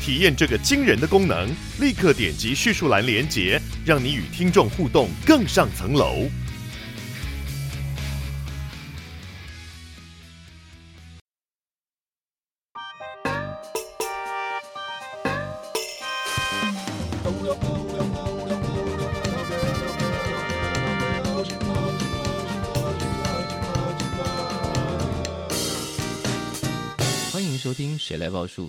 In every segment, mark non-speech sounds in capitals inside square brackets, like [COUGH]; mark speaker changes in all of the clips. Speaker 1: 体验这个惊人的功能，立刻点击叙述栏连接，让你与听众互动更上层楼。
Speaker 2: 欢迎收听《谁来报数》，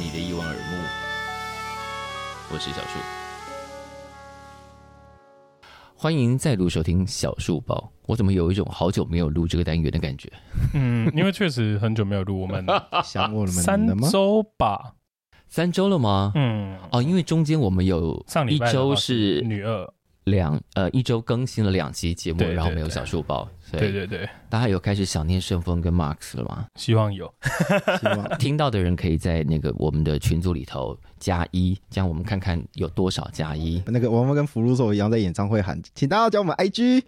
Speaker 2: 你的一望而目，我是小树。欢迎再度收听小树报，我怎么有一种好久没有录这个单元的感觉？
Speaker 3: 嗯，因为确实很久没有录，我们
Speaker 4: [LAUGHS] 想我们
Speaker 3: 三
Speaker 4: 了吗？
Speaker 3: 周吧，
Speaker 2: 三周了吗？
Speaker 3: 嗯，
Speaker 2: 哦，因为中间我们有
Speaker 3: 上
Speaker 2: 一
Speaker 3: 礼拜的
Speaker 2: 周
Speaker 3: 话
Speaker 2: 是
Speaker 3: 女二，
Speaker 2: 两呃一周更新了两期节目，
Speaker 3: 对对
Speaker 2: 然后没有
Speaker 3: 对
Speaker 2: 小树报，所
Speaker 3: 对
Speaker 2: 以
Speaker 3: 对对，
Speaker 2: 大家有开始想念顺丰跟 Max 了吗？
Speaker 3: 希望有，
Speaker 4: 希望 [LAUGHS]
Speaker 2: 听到的人可以在那个我们的群组里头加一，这样我们看看有多少加一。
Speaker 4: 那个王峰跟福禄寿一样在演唱会喊，请大家教我们 IG。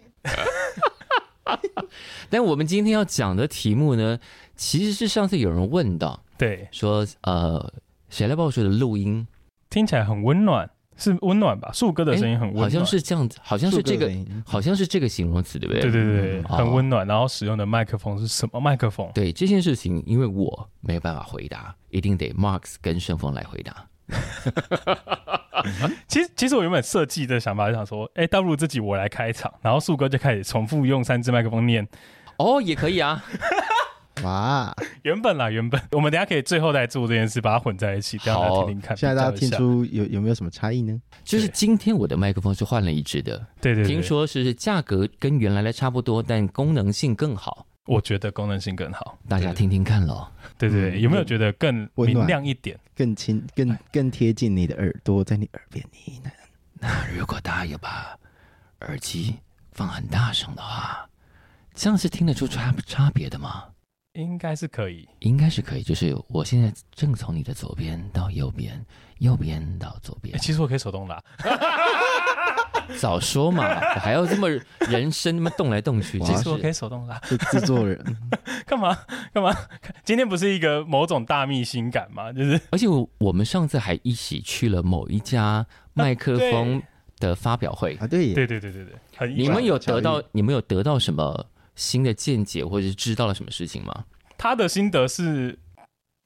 Speaker 2: 但我们今天要讲的题目呢，其实是上次有人问到
Speaker 3: 对，
Speaker 2: 说，呃，谁来报数的录音，
Speaker 3: 听起来很温暖，是温暖吧？树哥的声音很温暖，
Speaker 2: 哎好像，是这样子，好像是这个，
Speaker 4: 人
Speaker 2: 好像是这个形容词，对不对？
Speaker 3: 对对对，对
Speaker 2: 哦
Speaker 3: 很温暖。然后使用的麦克风是什么麦克风？
Speaker 2: 对这件事情，因为我没有办法回答，一定得 Marks 跟顺丰来回答。
Speaker 3: 其实其实我原本设计的想法是想说，哎，倒不如自己我来开场，然后树哥就开始重复用三支麦克风念。
Speaker 2: 哦，也可以
Speaker 3: [LAUGHS]
Speaker 2: 啊，
Speaker 4: 哇！
Speaker 3: 原本啦，原本 [LAUGHS] 我们等一下可以最后再做这件事，把它混在一起，让大家
Speaker 2: 好
Speaker 3: 听听看。
Speaker 4: 现在大家
Speaker 3: 比较
Speaker 4: 听
Speaker 3: 一下，
Speaker 4: 出有有没有什么差异呢？
Speaker 2: 就是
Speaker 3: 对
Speaker 2: 今天我的麦克风是换了一支的，
Speaker 3: 对对，对
Speaker 2: 听，说是价格跟原来的差不多，但功能性更好，
Speaker 3: 我觉得功能性更好。
Speaker 2: 大家听听看咯。
Speaker 3: 对，对对对，有没有觉得更
Speaker 4: 嗯温
Speaker 3: 明
Speaker 4: 暖
Speaker 3: 亮一点？
Speaker 4: 更亲、更更贴近你的耳朵，在你耳边呢喃。
Speaker 2: 如果大家有把耳机放很大声的话，这样是听得出差差别的吗？
Speaker 3: 应该是可以。
Speaker 2: 应该是可以，就是我现在正从你的左边到右边，右边到左
Speaker 3: 哎、
Speaker 2: 边。
Speaker 3: 其实我可以手动
Speaker 4: [LAUGHS]
Speaker 3: 拉，
Speaker 2: 早说嘛， [LAUGHS] 还要这么人声那么动来动去，
Speaker 4: 哇
Speaker 3: 其
Speaker 2: 真
Speaker 3: 实我可以
Speaker 2: 是
Speaker 3: 手动拉，
Speaker 4: 这制作人
Speaker 3: 干嘛干嘛？今天不是一个某种大秘心感吗？就是
Speaker 2: 而且我我们上次还一起去了某一家麦克风的发表会，
Speaker 4: 啊，对耶，
Speaker 3: [LAUGHS] 对对对对对，很意
Speaker 2: 你
Speaker 3: 外
Speaker 2: 们有得
Speaker 4: 巧
Speaker 2: 到你们有得到什么新的见解，或者是知道了什么事情吗？
Speaker 3: 他的心得是，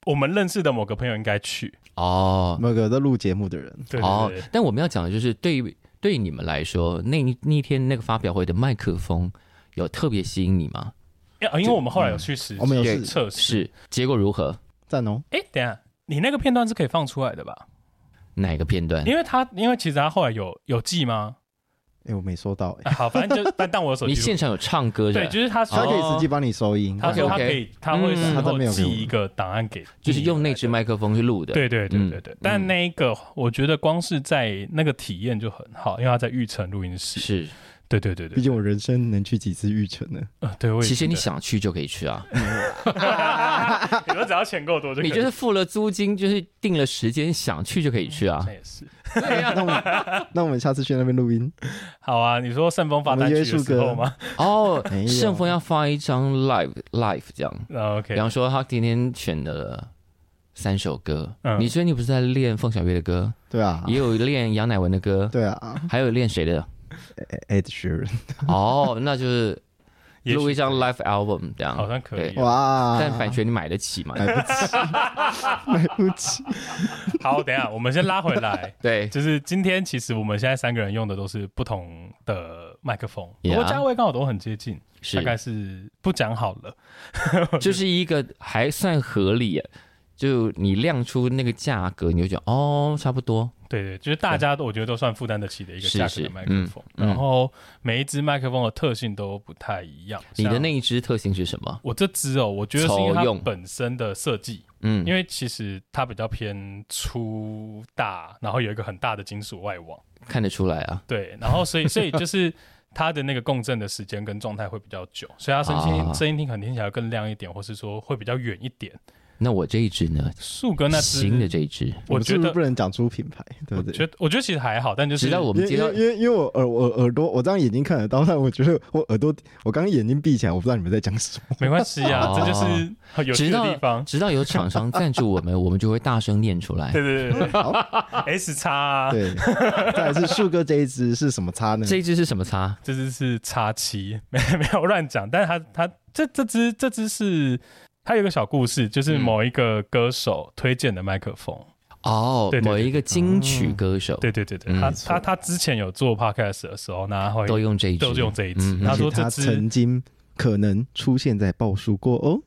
Speaker 3: 我们认识的某个朋友应该去，
Speaker 2: 哦
Speaker 4: 某个在录节目的人，
Speaker 3: 对
Speaker 2: 哦
Speaker 3: 对对，
Speaker 2: 但我们要讲的就是对于对于你们来说，那那一天那个发表会的麦克风有特别吸引你吗？
Speaker 3: 对，因为因为我们后来有去实
Speaker 4: 嗯我们有
Speaker 3: 际
Speaker 4: 试
Speaker 3: 测试。
Speaker 2: 是，结果如何？
Speaker 4: 赞哦，
Speaker 3: 哎、等一下，你那个片段是可以放出来的吧？
Speaker 2: 哪个片段？
Speaker 3: 因为他因为其实他后来有有记吗？
Speaker 4: 哎，我没收到
Speaker 3: 啊
Speaker 4: 哎，
Speaker 3: 好，反正就但但我有手机
Speaker 2: 你
Speaker 4: [LAUGHS]
Speaker 3: 录，
Speaker 2: 现场有唱歌是吧
Speaker 3: 对，就是他
Speaker 4: 他可
Speaker 3: 说。
Speaker 4: 以实际帮你收音，
Speaker 3: 他说
Speaker 2: OK，OK
Speaker 3: 他可以，他会
Speaker 2: 嗯
Speaker 3: 事
Speaker 4: 他都
Speaker 3: 后
Speaker 4: 没有
Speaker 3: 寄
Speaker 4: 给我
Speaker 3: 一个档案给，
Speaker 2: 就是用那支麦克风去录的。
Speaker 3: 对对对
Speaker 2: 嗯
Speaker 3: 对对，但那一个我觉得光是在那个体验就很好，因为他在玉成录音室。
Speaker 2: 是，
Speaker 3: 对对对对
Speaker 4: 毕，竟我人生能去几次玉城呢？
Speaker 3: 呃对，我也
Speaker 2: 其实
Speaker 3: 觉
Speaker 2: 你 [LAUGHS]
Speaker 3: 得，
Speaker 2: 想去就可以去啊，
Speaker 3: 你说只要钱够多就可以，
Speaker 2: 你就是付了租金，就是定了时间，想去就可以去啊
Speaker 3: 那。也是
Speaker 2: 对呀、
Speaker 4: [LAUGHS] 那我们那我们下次去那边录音，
Speaker 3: 好啊。你说顺风发单曲的时候吗？ [LAUGHS]
Speaker 2: 哦
Speaker 4: 没，有
Speaker 2: 盛峰要发一张 live live 这样，
Speaker 3: 啊 OK，
Speaker 2: 比方说他今天选的三首歌，
Speaker 3: 嗯
Speaker 2: 你说你不是在练凤小岳的歌，
Speaker 4: 对啊，
Speaker 2: 也有练杨乃文的歌，
Speaker 4: 对啊
Speaker 2: 还有练谁的？
Speaker 4: ，Ed Sheeran，
Speaker 3: [LAUGHS]
Speaker 2: 哦，那就是
Speaker 3: 也许
Speaker 2: 录一张 live album 这样，
Speaker 3: 好像可以
Speaker 2: 对
Speaker 3: 啊。
Speaker 4: 哇，
Speaker 2: 但版权你买得起嘛？。
Speaker 4: 买
Speaker 3: 哎
Speaker 4: 不起，买不起，
Speaker 3: [LAUGHS] 好，等一下我们先拉回来
Speaker 2: [LAUGHS] 对，
Speaker 3: 就是今天，其实我们现在三个人用的都是不同的麦克风，不
Speaker 2: Yeah
Speaker 3: 过价位刚好都很接近，
Speaker 2: 是
Speaker 3: 大概是不讲好了。
Speaker 2: 就是一个还算合理，就你亮出那个价格，你就觉得哦，差不多。
Speaker 3: 对对，就是大家都我觉得都算负担得起的一个
Speaker 2: 是
Speaker 3: 价格
Speaker 2: 是
Speaker 3: 的麦克风，
Speaker 2: 嗯嗯
Speaker 3: 然后每一只麦克风的特性都不太一样。
Speaker 2: 你的
Speaker 3: 像
Speaker 2: 那一支特性是什么？
Speaker 3: 我这只哦，我觉得是因为
Speaker 2: 丑
Speaker 3: 它
Speaker 2: 用
Speaker 3: 本身的设计，
Speaker 2: 嗯，
Speaker 3: 因
Speaker 2: 为
Speaker 3: 为其实它比较偏粗大，然后有一个很大的金属外网，
Speaker 2: 看得出来啊，
Speaker 3: 对，然后所以
Speaker 2: [LAUGHS]
Speaker 3: 所以就是它的那个共振的时间跟状态会比较久，所以它声音、
Speaker 2: 啊
Speaker 3: 声音听可能听起来更亮一点，或是说会比较远一点。
Speaker 2: 那我这一支呢？
Speaker 3: 树哥那只
Speaker 2: 新的，这一支，
Speaker 3: 我
Speaker 4: 们
Speaker 3: 觉
Speaker 4: 是不是
Speaker 3: 得
Speaker 4: 不能讲出品牌，对
Speaker 3: 我
Speaker 4: 不对？
Speaker 3: 觉得我觉得其实还好，但就是
Speaker 2: 直到我
Speaker 4: 因
Speaker 2: 们
Speaker 4: 为
Speaker 2: 接
Speaker 4: 因
Speaker 2: 到
Speaker 4: 为因为因为我耳我耳朵，我这样眼睛看得到，但我觉得我耳朵，我刚刚眼睛闭起来，我不知道你们在讲什么。
Speaker 3: 没关系啊，
Speaker 2: 哦
Speaker 3: 这就是很 [LAUGHS] 有趣
Speaker 2: 直
Speaker 3: 的
Speaker 2: 到
Speaker 3: 地方。
Speaker 2: 直到有厂商赞助我
Speaker 3: [LAUGHS]
Speaker 2: 们，我们就会大声念出来
Speaker 3: 对。对对对，S 叉啊，
Speaker 4: 对，再来是树哥这一支是什么叉呢？
Speaker 2: 这一支是什么叉？
Speaker 3: 这只是叉七， [LAUGHS] 没没有乱讲，但是它它这这只这只是它有一个小故事，就是
Speaker 2: 嗯
Speaker 3: 某一个歌手推荐的麦克风。
Speaker 2: 哦
Speaker 3: 对，对
Speaker 2: 某
Speaker 3: 对
Speaker 2: 一个金曲歌手
Speaker 3: 对对对对，
Speaker 2: 嗯
Speaker 3: 他
Speaker 2: 没
Speaker 3: 他他之前有做 podcast 的时候，那他会
Speaker 2: 都用这一支，
Speaker 3: 都用这一支
Speaker 2: 嗯，
Speaker 3: 他
Speaker 4: 而且
Speaker 3: 说
Speaker 4: 他
Speaker 3: 这支
Speaker 4: 曾经可能出现在报数过哦。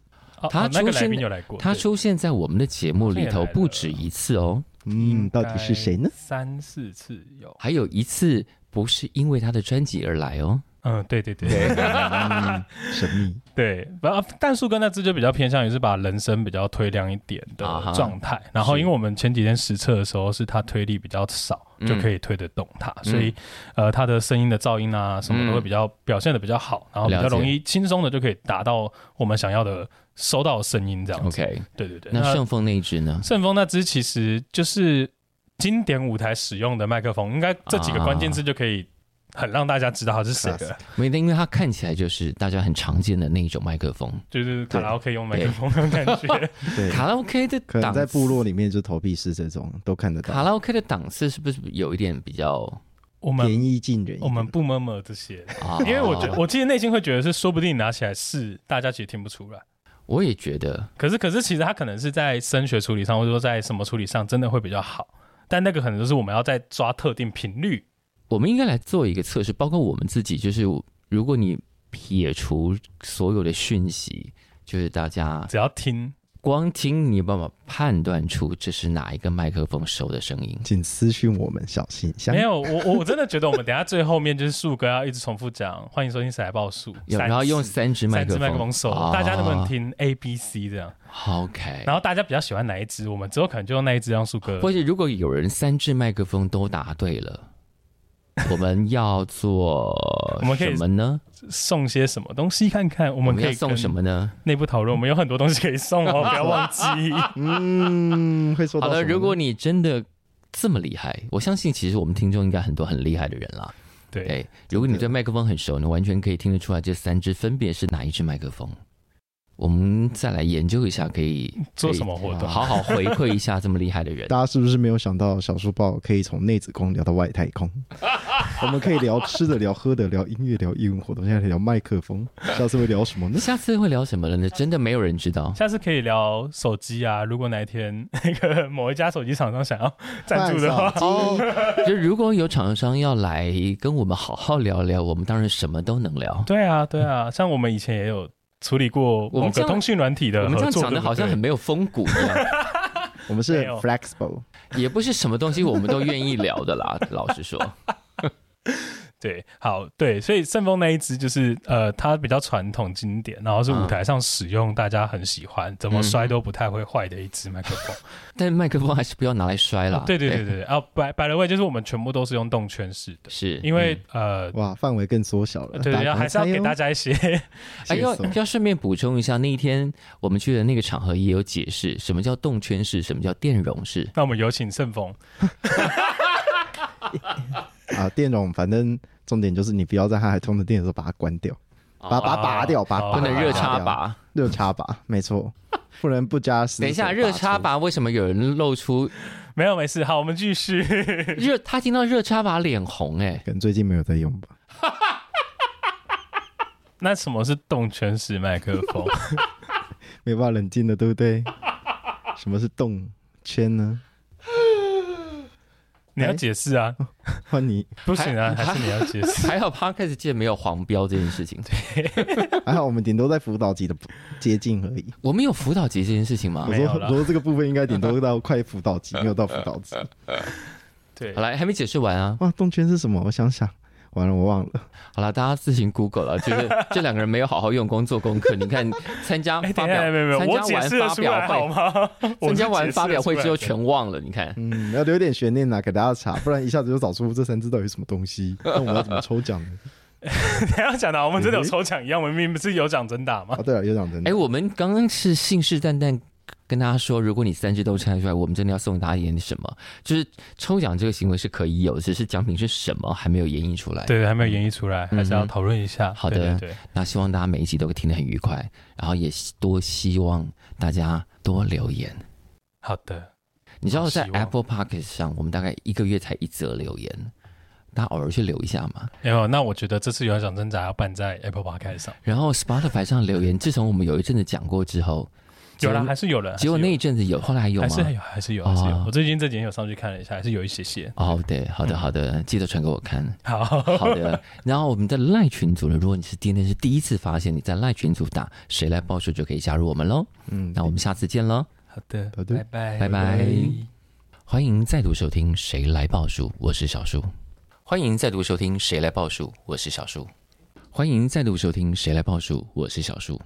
Speaker 3: 哦
Speaker 2: 他
Speaker 3: 哦那个
Speaker 2: 出
Speaker 3: 来
Speaker 2: 现
Speaker 3: 宾有来过，
Speaker 2: 他
Speaker 3: 对
Speaker 2: 出现在我们的节目里头不止一次哦，
Speaker 4: 嗯，到底是谁呢？
Speaker 3: 三四次有，
Speaker 2: 还有一次不是因为他的专辑而来哦。
Speaker 3: 嗯，对对对 [LAUGHS]
Speaker 4: 嗯神
Speaker 2: [LAUGHS]
Speaker 4: 秘。
Speaker 3: 对，然后但树哥那支就比较偏向于是把人声比较推亮一点的
Speaker 2: 啊哈
Speaker 3: 状态，然后
Speaker 2: 是
Speaker 3: 因为我们前几天实测的时候是他推力比较少，
Speaker 2: 嗯
Speaker 3: 就可以推得动它，所以呃他的声音的噪音啊什么都会比较表现的比较好，然后比较
Speaker 2: 了解
Speaker 3: 容易轻松的就可以达到我们想要的收到的声音这样子。
Speaker 2: OK，
Speaker 3: 对对对，
Speaker 2: 那顺丰那一支呢？
Speaker 3: 顺丰那支其实就是经典舞台使用的麦克风，应该这几个关
Speaker 2: 啊
Speaker 3: 键字就可以很让大家知道它是谁的，
Speaker 2: 没得，因为它看起来就是大家很常见的那一种麦克风，
Speaker 3: 就是卡拉 OK 用麦克风那种感
Speaker 2: [LAUGHS]
Speaker 3: 觉。
Speaker 4: 对，
Speaker 2: 卡拉 OK 的
Speaker 4: 可
Speaker 2: 档
Speaker 4: 能在
Speaker 2: 次，
Speaker 4: 部落里面就投币式这种都看得
Speaker 2: 卡
Speaker 4: 到，
Speaker 2: 拉 OK 的档次是不是有一点比较
Speaker 3: 我
Speaker 4: 便
Speaker 3: 们
Speaker 4: 宜近人一点。
Speaker 3: 我们不摸摸这些，
Speaker 2: 啊？
Speaker 3: [LAUGHS] 因为我觉我其实内心会觉得是，说不定拿起来是大家其实听不出来。
Speaker 2: 我也觉得，
Speaker 3: 可是可是其实它可能是在声学处理上，或者说在什么处理上真的会比较好，但那个可能就是我们要在抓特定频率。
Speaker 2: 我们应该来做一个测试，包括我们自己，就是如果你撇除所有的讯息，就是大家
Speaker 3: 只要听，
Speaker 2: 光听，你有办法判断出这是哪一个麦克风收的声音。
Speaker 4: 请私讯我们，小心一下。
Speaker 3: 没有我我我真的觉得我们等一下最后面就是树哥要一直重复讲，欢迎收听《史来报树》
Speaker 2: 有，
Speaker 3: 三
Speaker 2: 然后用
Speaker 3: 次
Speaker 2: 三支麦
Speaker 3: 三
Speaker 2: 克
Speaker 3: 支
Speaker 2: 风，哎
Speaker 3: 麦克风手，
Speaker 2: 哦
Speaker 3: 大家能不能听 A、B、C 这样？
Speaker 2: ？OK。
Speaker 3: 然后大家比较喜欢哪一支，我们之后可能就用那一支让树哥。
Speaker 2: 或者如果有人三支麦克风都答对
Speaker 3: [LAUGHS]
Speaker 2: 了，我们要做
Speaker 3: 我们可以
Speaker 2: 什么呢？
Speaker 3: 送些什么东西看看，我
Speaker 2: 我
Speaker 3: 们
Speaker 2: 们
Speaker 3: 可
Speaker 2: 要
Speaker 3: 以
Speaker 2: 送什么呢？
Speaker 3: 跟内部讨
Speaker 2: [LAUGHS]
Speaker 3: 论，我们有很多东西可以送哦，不要忘记。
Speaker 4: 嗯，会说
Speaker 2: 好
Speaker 4: 到什
Speaker 2: 的，
Speaker 4: 么呢
Speaker 2: 如果你真的这么厉害，我相信其实我们听众应该很多很厉害的人啦。
Speaker 3: 对，
Speaker 2: 对，如果你对麦克风很熟，你完全可以听得出来这三支分别是哪一支麦克风。我们再来研究一下，可以啊
Speaker 3: 做什么活动？
Speaker 2: 好好回馈一下这么厉害的
Speaker 3: [LAUGHS]
Speaker 2: 人。
Speaker 4: 大家是不是没有想到小书包可以从内子宫聊到外太
Speaker 3: [LAUGHS]
Speaker 4: 空？我们可以聊吃的，聊喝的，聊音乐，聊义文活动，现在聊麦克风，下次会聊什么呢？
Speaker 2: 下次会聊什么了呢？真的没有人知道。
Speaker 3: 下次可以聊手机啊，如果哪一天那个某一家手机厂商想要赞助的话， [LAUGHS]
Speaker 2: 哦，就如果有厂商要来跟我们好好聊聊，我们当然什么都能聊。
Speaker 3: 对啊，对啊，像我们以前也有处理过
Speaker 2: 我
Speaker 3: 某
Speaker 2: 们这样
Speaker 3: 个通讯软体的
Speaker 2: 我们这
Speaker 3: 合
Speaker 2: 样
Speaker 3: 作，
Speaker 2: 讲
Speaker 3: 对
Speaker 2: 的
Speaker 3: 不
Speaker 2: 好像
Speaker 3: 对
Speaker 2: 很没有风骨一样，
Speaker 4: 我们是
Speaker 3: 没有
Speaker 4: flexible，
Speaker 2: [LAUGHS] 也不是什么东西我们都愿意聊的啦。老实
Speaker 3: [LAUGHS]
Speaker 2: 说，
Speaker 3: 对，好，对，所以顺丰那一支就是呃，它比较传统经典，然后是
Speaker 2: 啊
Speaker 3: 舞台上使用，大家很喜欢，怎么摔都不太会坏的一支麦克风。
Speaker 2: 但麦克风还是不要拿来摔 [LAUGHS] 啦。
Speaker 3: 对对对对，对，啊，摆摆了位就是我们全部都是用动圈式的，
Speaker 2: 是
Speaker 3: 因为、呃。
Speaker 4: 哇，范围更缩小了。
Speaker 3: 对对，
Speaker 4: 家
Speaker 3: 要还是要给大
Speaker 4: 家
Speaker 3: 家一些，
Speaker 2: 哎，
Speaker 4: 快猜
Speaker 2: 要
Speaker 4: 哦，
Speaker 2: 要顺便补充一下，那一天我们去的那个场合也有解释，什么叫动圈式，什么叫电容式。
Speaker 3: 那我们有请盛峰。
Speaker 4: 啊，电容，反正重点就是你不要在它还通着电的时候把它关掉，把把它拔掉，把它
Speaker 3: 哦
Speaker 4: 拔
Speaker 2: 啊不能
Speaker 4: 掉
Speaker 2: 热插拔。
Speaker 4: 热插拔，没错，不能不加
Speaker 2: [LAUGHS]
Speaker 4: 丝。
Speaker 2: 等一下，热插，拔为什么有人露出
Speaker 3: 没有，没事，好，我们继续。
Speaker 2: [LAUGHS] 热？他听到热插拔脸红哎、
Speaker 4: 可能最近没有在用吧。
Speaker 3: 那什么是动圈式麦克
Speaker 2: [LAUGHS]
Speaker 3: 风？
Speaker 4: 没办法冷静
Speaker 3: [LAUGHS]
Speaker 4: 的，对不对？什么是动圈呢？
Speaker 3: 你要解释啊，
Speaker 2: 哎
Speaker 4: 换你，
Speaker 3: 不行啊，还是你要解
Speaker 2: [LAUGHS]
Speaker 3: 释。
Speaker 2: 还好 Podcast 界没有黄标这件事情。
Speaker 4: 还啊好我们顶多在辅导级的接近而已。
Speaker 2: 我们有辅导级这件事情吗
Speaker 4: 我
Speaker 3: 啊没？
Speaker 4: 说
Speaker 3: 有啦
Speaker 4: 我说这个部分应该顶多到快辅
Speaker 3: [LAUGHS]
Speaker 4: 导级，没有到辅导级。
Speaker 3: 对
Speaker 2: 好，了，还没解释完啊。
Speaker 4: 哇，动圈是什么？我想想，完了我忘了。
Speaker 2: 好了，大家自行 Google 了。就是 [LAUGHS] 这两个人没有好好用功做功课。你看，参加
Speaker 3: 哎，
Speaker 2: 发
Speaker 3: 等一
Speaker 2: 表，
Speaker 3: 下，没有没有，我
Speaker 2: 参加
Speaker 3: 解
Speaker 2: 完
Speaker 3: 释得
Speaker 2: 发
Speaker 3: 出来好
Speaker 2: 表会，
Speaker 3: 吗？我
Speaker 2: [LAUGHS] 参
Speaker 3: 是
Speaker 2: 加完
Speaker 3: 解释
Speaker 2: 发
Speaker 3: 得
Speaker 2: 表会
Speaker 3: 出来
Speaker 2: 之后
Speaker 3: [LAUGHS] 的
Speaker 2: 全忘了。你看，
Speaker 4: 嗯，要留点悬念呐、给大家查，不然一下子就找出这三只到底是什么东西。那我们要怎么抽奖
Speaker 3: [LAUGHS]
Speaker 4: 呢？
Speaker 3: 你要讲的啊，我们
Speaker 2: 嗯
Speaker 3: 真的有抽奖一样，我们明明不是有奖真打吗
Speaker 4: 啊，？对了，有奖真
Speaker 2: 哎、我们刚刚是信誓旦旦跟大家说，如果你三只都拆出来，我们真的要送大家一点什么。就是抽奖这个行为是可以有，只是奖品是什么还没有演绎出来。，
Speaker 3: 对对，还没有演绎出来，还是
Speaker 2: 嗯
Speaker 3: 要
Speaker 2: 哼
Speaker 3: 讨论一下。
Speaker 2: 好
Speaker 3: 对
Speaker 2: 的
Speaker 3: 对对，
Speaker 2: 那希望大家每一集都听得很愉快，然后也多希望大家多留言。
Speaker 3: 好的，
Speaker 2: 你知道在
Speaker 3: 好希哦望
Speaker 2: Apple p o c k e t 上，我们大概一个月才一则留言，大家偶尔去留一下嘛。
Speaker 3: 没有。那我觉得这次有奖挣扎要办在 Apple Podcast 上，
Speaker 2: 然后 Spotify 上留言，自从我们有一阵子讲过之后，
Speaker 3: 有啦，
Speaker 2: 结果
Speaker 3: 还是有人。
Speaker 2: 结果那一阵子有，后来还有吗
Speaker 3: 还？是有，还是有，还是有
Speaker 2: 哦。
Speaker 3: 我最近这几天有上去看了一下，还是有一些些。
Speaker 2: 哦，对，好
Speaker 3: 嗯
Speaker 2: 的好的，记得传给我看。
Speaker 3: [LAUGHS] 好，
Speaker 2: 好的，然后我们的赖群组呢，如果你是今天是第一次发现你在赖群组打谁来报数，就可以加入我们喽。
Speaker 4: 嗯，
Speaker 2: 那我们下次见喽，
Speaker 3: 好的，
Speaker 4: 好的
Speaker 3: 拜拜，
Speaker 2: 拜拜。欢迎再度收听《谁来报数》，我是小树。欢迎再度收听《谁来报数》，我是小树。欢迎再度收听《谁来报数》，我是小树。